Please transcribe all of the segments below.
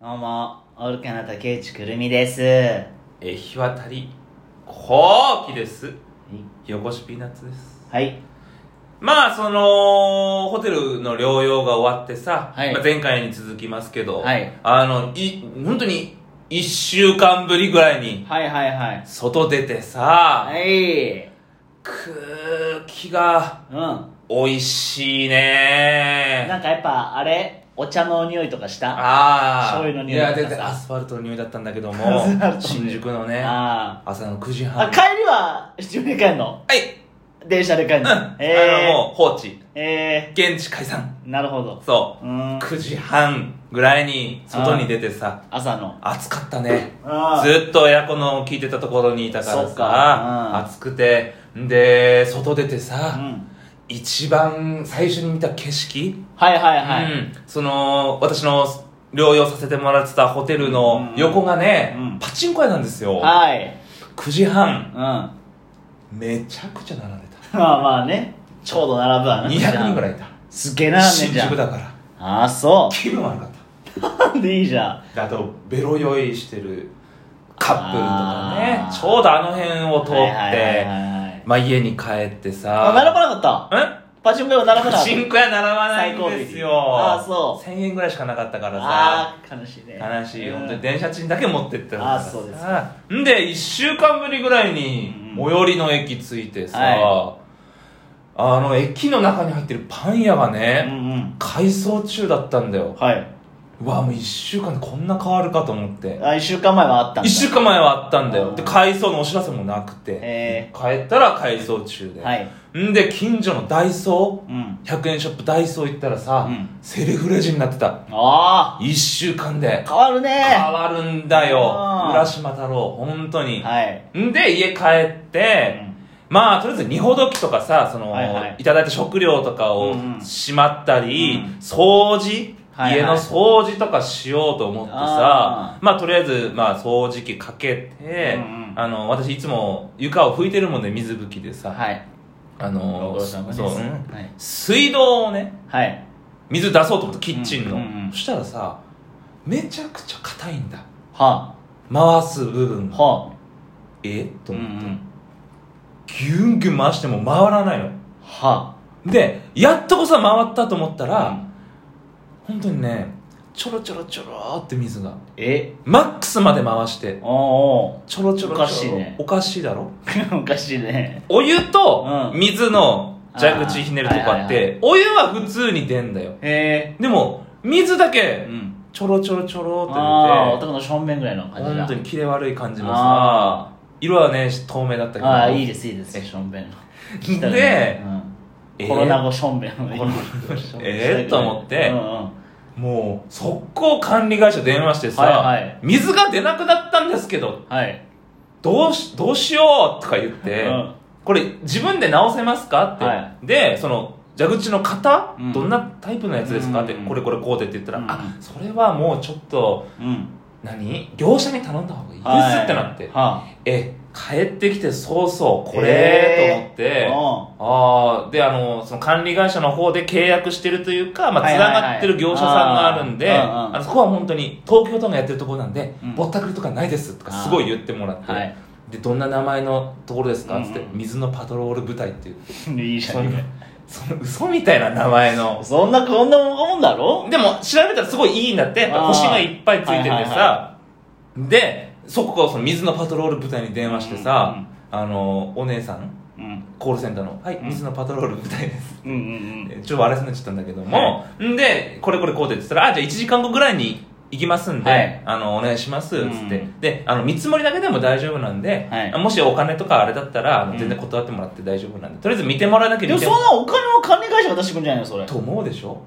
どうも、オルカの竹内くるみです。え日渡り後期ですよこしピーナッツですはい。まあそのホテルの療養が終わってさ、はいまあ前回に続きますけど、はいあのい本当に1週間ぶりぐらいにはいはいはい。外出てさ、はい。空気がうん。な美味しいねんかやっぱ、あれお茶の匂いとかしたあああ醤油の匂いいやとかでさアスファルトの匂いだったんだけどもアスファルトの匂い新宿のねあ朝の9時ー。あ、半帰りは、自分で帰んのはい電車で帰んうん、の、あえのもう放置ー、え現地解散ー、なるほど。そうう、ーん。 9時半ぐらいに外に出てさ朝の。暑かったねあーずっとエアコンの効いてたところにいたからそっさかうん暑くてんで外出てさ、うん。一番最初に見た景色、はいはいはい。うん、その私の療養させてもらってたホテルの横がね、うんパチンコ屋なんですよはい。 9時半うん。 まめちゃくちゃ並んであまあね。ちょうど並ぶわたな。 200人ぐらい。いいたすげえ並んでん新じゃ宿ん。だからあー、そ気分悪かったう。なんでいいじゃん。であとベロ酔いしてるカップルとかねあーちょうどあの辺を通って、はいはいはいはいまあ、家に帰ってさあ並ばなかっんたパチンコ屋は並ばなかったパチンコ屋並ばないんです最高よ日あーそう1000円ぐらいしかなかったからさああ悲しいね悲しいうん本当に電車賃だけ持ってってあーそうですさんで1週間ぶりぐらいにうん最寄りの駅着いてさ、はあの駅の中に入ってるパン屋がうね、んうん改装中だったんだよはいうわもう1週間でこんな変わるかと思ってあ1週間前はあったんだ一週間前はあったんだうよんで改装のお知らせもなくてえ帰ったら改装中ーで、はいんで近所のダイソうんー100円ショップダイソー行ったらさ、うんセルフレジになってたあ1週間であ変わるね変わるんだよあー浦島太郎本当に、はいんで家帰って、まあとりあえず二ほどきとかさその、はいいはいただいた食料とかをうんうんしまったり、うん掃除、はいはい家の掃除とかしようと思ってあさまあとりあえず、まあ、掃除機かけて、うんうんあの私いつも床を拭いてるもんで水拭きでさ、はいあごの苦労様ですそう、うんはい水道をねはい水出そうと思ってキッチンの、うんうんうんそしたらさめちゃくちゃ硬いんだは回す部分あがはえあとうんう思って、んギュンギュン回しても回らないのはでやっとこそ回ったと思ったあら、本当にねちょろちょろちょろって水がえマックスまで回しておうおうちょろちょろおちょろかしいねおかしいだろ おかしいねお湯とうん水の蛇口ひねるとこあっあーはいてお湯は普通に出んだよへえでも水だけうんちょろちょろちょろああって男の正面ぐらいの出て感じだ本当にキレ悪い感じのあさ色はね透明だったけどああいいですいいですしょんべんの聞いたねでうんえーコロナ後しょんべんを今コロナ後しょんべんえーと思ってうんうんもう速攻管理会社電話してさ、はいはい水が出なくなったんですけどはいどうしどうしようとか言って、うんこれ自分で直せますかって、はでその蛇口の型、うんどんなタイプのやつですかって、うんこれこれこうでって言ったら、うんあそれはもうちょっとうん何業者に頼んだ方がいいですってなって、はえ帰ってきてそうそうこれ、えーと思ってあああであのその管理会社の方で契約してるというか、まあ、はついなはいはいがってる業者さんがあるんで、あーうんうんあのそこは本当に東京都がやってるところなんで、うんぼったくりとかないですとかすごい言ってもらって、はいでどんな名前のところですかつって、うんうん水のパトロール部隊っていううんいいじゃそんんなその嘘みたいな名前のそんなこんなもんだろでも調べたらすごいいいんだってやっぱ星がいっぱいついててあーはさ、いはいはでそこその水のパトロール部隊に電話してさ、あのお姉さんうんコールセンターの「はいうん水のパトロール部隊ですうんうん」ちょっと笑いそうになっちゃったんだけども、んでこれこれこうでって言ったら「あじゃあ1時間後ぐらいに行きますんで、はいあのお願いします」っつって、うんであの見積もりだけでも大丈夫なんで、はいもしお金とかあれだったらあのうん全然断ってもらって大丈夫なんでとりあえず見てもらうだけでも見てそんもなお金は管理会社が出してくんじゃないの それと思うでしょ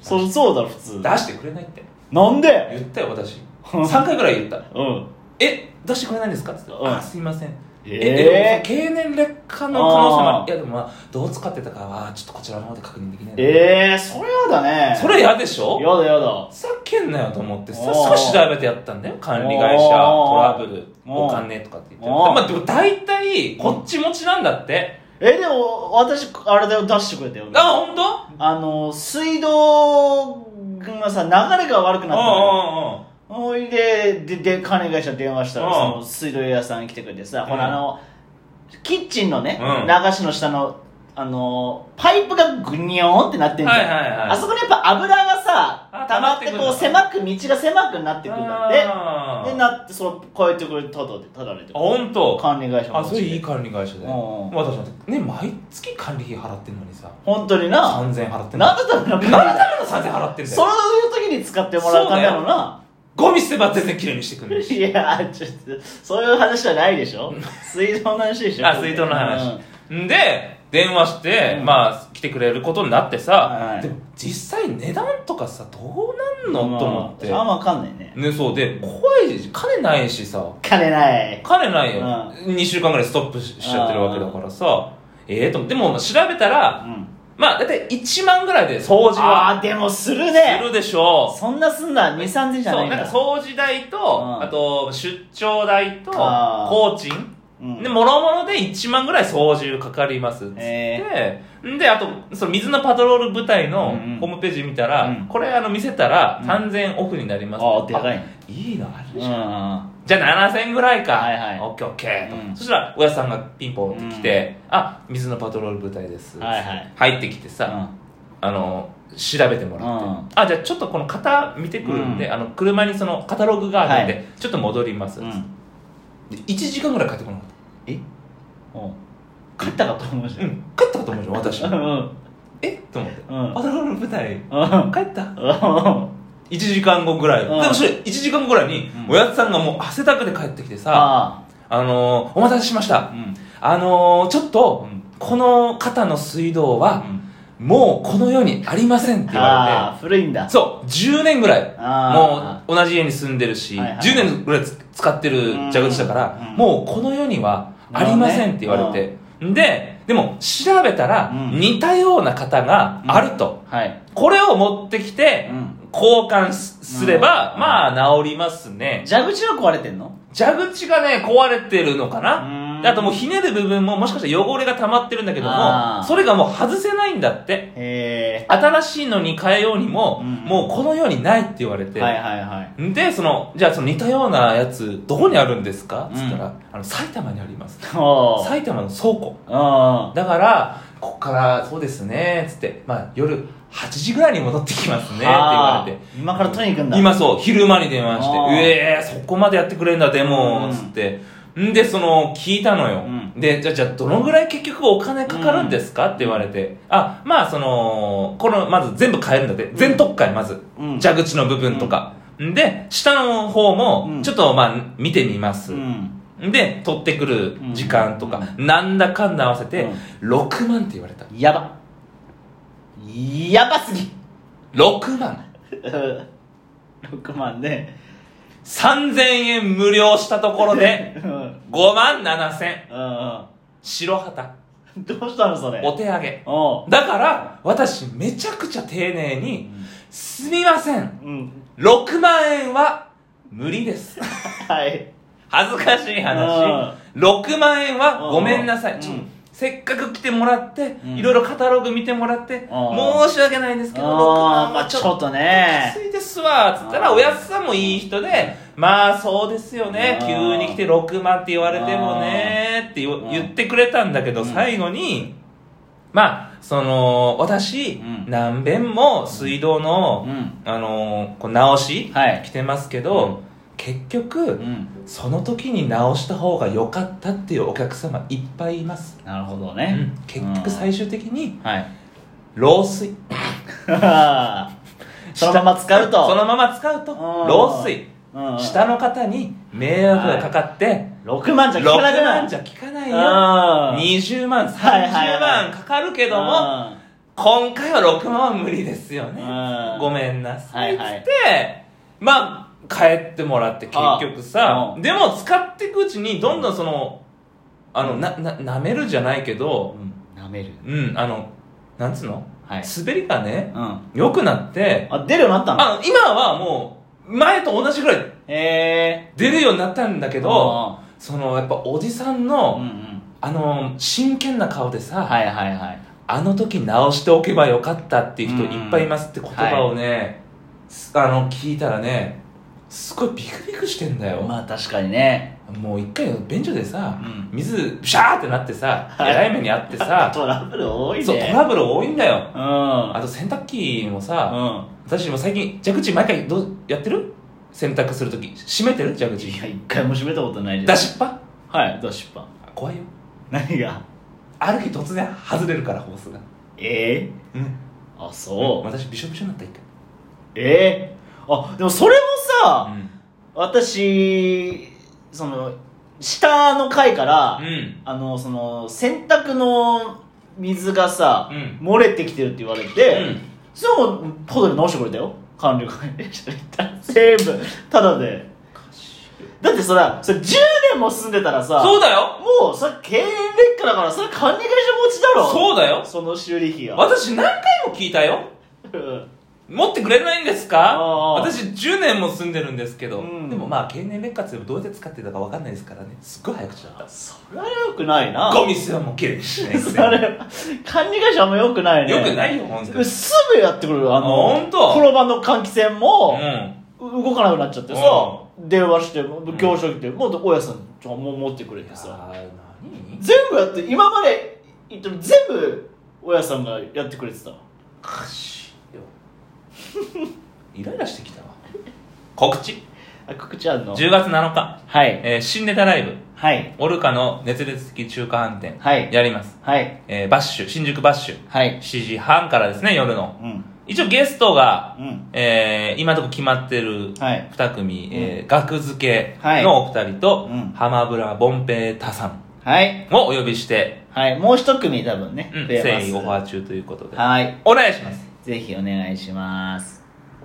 そそうだろ普通出してくれないってなんで言ったよ 私3回ぐらい言ったうん「え出してくれないんですか?」っつって「うんあすいません」えええでも経年劣化の可能性もああーるいやでもまあどう使ってたかはちょっとこちらの方で確認できないのでええそれやだねそれ嫌でしょやだやだふざけんなよと思っておさー少し調べてやったんだよ管理会社トおーラブルおーお金とかって言っておーまあでも大体こっち持ちなんだってえでも私あれだよ出してくれたよあ本当あの水道君がさ流れが悪くなったのよあおいででで管理会社に電話したらうんその水道屋さん来てくれてさ、うんほらあのキッチンのね、うん流しの下のあのパイプがグニョーンってなってんじゃん、はいはいはいあそこにやっぱ油がさあ溜まって溜こまうってくる狭く道が狭くなってくるんだっあてであなってそのこうやってこれただでただで本当管理会社のあそれいい管理会社でうんうん私なんてね毎月管理費払ってんのにさ本当にな3000円払ってんの何のための管理何のための3000円払ってんだそよの時に使ってもらうためなのなゴミ捨て場全然きれいにしてくれるしいやちょっとそういう話じゃないでしょ水道の話でしょあ水道の話うん、ん、で電話して、うんまあ来てくれることになってさ、はいでも実際値段とかさどうなんの、と思ってまああんま分かんないねねそうで怖いし金ないしさ金ない金ないよ、う2週間ぐらいストップししちゃってるわけだからさええと思ってでも調べたらまあ大体1万ぐらいで掃除あはあでもするすねるでしょうそんなすんな23000じゃそなういなんかう掃除代と、うんあと出張代とあー工賃うんで、もろもろで1万ぐらい掃除かかりますっつって、えで、あと、その水のパトロール部隊のうんうんホームページ見たら、うんこれあの見せたらうん3000オフになります、ああでかいねあいいのあるうんじうゃん。んじゃあ7000ぐらいか。はいはいオッケーオッケー。うんそしたら、親さんがピンポンって来て、あ、水のパトロール部隊です。はいはい入ってきてさ、あの、調べてもらって。うんあ、じゃあちょっとこの型見てくるんで、うんあの、車にそのカタログがあるんで、はちょっと戻ります。うんうんで1時間ぐらい帰ってこなかった。えおう勝ったかと思うじゃうんん、帰ったかと思うじゃん、 私う。んうんえっと思って、うんパトロール部隊うん帰ったうん1時間後ぐらい、うんでもそれ1時間後ぐらいに、うんおやつさんがもう汗だくで帰ってきてさああのー、お待たせしましあたうんあのー、ちょっと、うんこの方の水道は、もうこの世にありませんって言わああ古いんだれてそう10年ぐらいもあう同じ家に住んでるし、はいはい10年ぐらいつ使ってる蛇口だから、うんもうこの世にはありませんって言われて、ででも調べたら、うん似たような方があると、うはいこれを持ってきて、うん交換すすれば、うんまあ治りますね蛇口は壊れてんの蛇口がね壊れてるのかなうんあともうひねる部分ももしかしたら汚れが溜まってるんだけどあーもそれがもう外せないんだってへ新しいのに変えようにも、うんもうこの世にないって言われえて、はいはいはいでそのじゃあその似たようなやつどこにあるんですかっつったら、うあの埼玉にありますおう埼玉の倉庫うんだからここからそうですねっつって、まあ、夜8時ぐらいに戻ってきますねって言われてあー今から取りに行くんだ今そう昼間に電話してあー「うえー、そこまでやってくれるんだでも」うんつってんでその聞いたのよ、うでじゃあじゃあどのぐらい結局お金かかるんですか、って言われてあまあそのこのまず全部変えるんだってん全特会まず、うん蛇口の部分とか、んで下の方うもんちょっとまあ見てみます、うんで取ってくる時間とか、なんだかんだ合わせて6万って言われたやばやばすぎ6万6万で3000円無料したところでうんうん5万7000うん白旗どうしたのそれお手上げおうだから私めちゃくちゃ丁寧に「すみませんうん6万円は無理です」はい恥ずかしい話6万円はごめんなさういんちょせっかく来てもらってうんいろいろカタログ見てもらってうん申し訳ないんですけど6あ万ー円まはあちちょょっっとときねついですわっつったらおやすさんもいい人でまあそうですよねうん急に来て6万って言われてもねって言うん言ってくれたんだけどうん最後にまあその私うん何べんも水道のんあのこう直しはい来てますけうどん結局うんその時に直した方が良かったっていうお客様いっぱいいます、なるほどうねん、結局最終的にはい 漏水そのまま使うとそのまま使うとうん漏水うんうん下の方に迷惑がかかって6万じゃ6聞かなくな万るじゃ効かないよゃ20万はいはい30はい万かかるけども今回は6万は無理ですよねうんごめんなさいっつって、はいはいまあ帰ってもらって結局あさうでも使っていくうちにどんどんそのあのなな舐めるじゃないけどなめるうんあのなんつうの、はい滑りがねうん良くなってあ出るようになったのあの今はもう前と同じぐらいへえ出るようになったんだけけどそのやっぱおじさんうんうの、んあの真剣な顔でさ、はいはいはいあの時直しておけばよかったっていう人いっぱいいますって言葉をね、すあの聞いたらねすごいビクビクしてんだよ、まあ確かにねもう一回便所でさ、うん水シャーってなってさえはいらい目にあって さトラブル多いねそうトラブル多いんだようんあと洗濯機もさ、うん私も最近蛇口毎回どうやってる洗濯するとき閉めてる蛇い口や一回も閉めたことないです出しっぱはい出しっぱ怖いよ何がある日突然外れるからホースがええうんあそう私びしょびしょになった一ええあでもそれもさ、回私その下の階から、うんあのその洗濯の水がさ、うん漏れてきてるって言われうて、んそれもポドリ直してくれたよ管理会社に行 ったら全部ただでだってそれそれ10年も住んでたらさそうだよもうそれ経営劣化だからそれ管理会社持ちだろそうだよその修理費が私何回も聞いたようん持ってくれないんですかあー私10年も住んでるんですけど、うんでもまあ経年劣化でもどうやって使ってたか分かんないですからねすっごい早口だったそれはよくないなゴミすらもきれいにしないくせそにれ管理会社あんまよくないねよくないよ本当にすぐやってくるあのあほんと風呂場の換気扇も、う動かなくなっちゃってさ、電話して業者来て、もう大家さんちょもう持ってくれんいてやさー何全部やって今まで言っても全部大家さんがやってくれてたかしいよイライラしてきたわ告知あ告知あんの10月7日、はいえー新ネタライブはいオルカの熱烈的中華飯店はいやります、はいえーバッシュ新宿バッシュはい7時半からですね夜のうん一応ゲストがう、んえー今のとこ決まってるはい2組、んえー学付けのお二人と、うん浜村ボンペイタさんはいをお呼びして、はいもう一組多分ねうん、増えます誠意オファー中ということではいお願いしますぜひお願いします